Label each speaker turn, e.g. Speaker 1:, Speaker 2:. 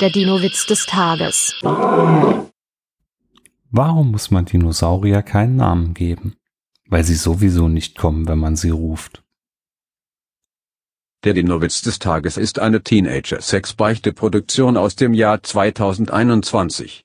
Speaker 1: Der Dino-Witz des Tages.
Speaker 2: Warum muss man Dinosaurier keinen Namen geben? Weil sie sowieso nicht kommen, wenn man sie ruft.
Speaker 3: Der Dinowitz des Tages ist eine Teenager-Sex-Beichte-Produktion aus dem Jahr 2021.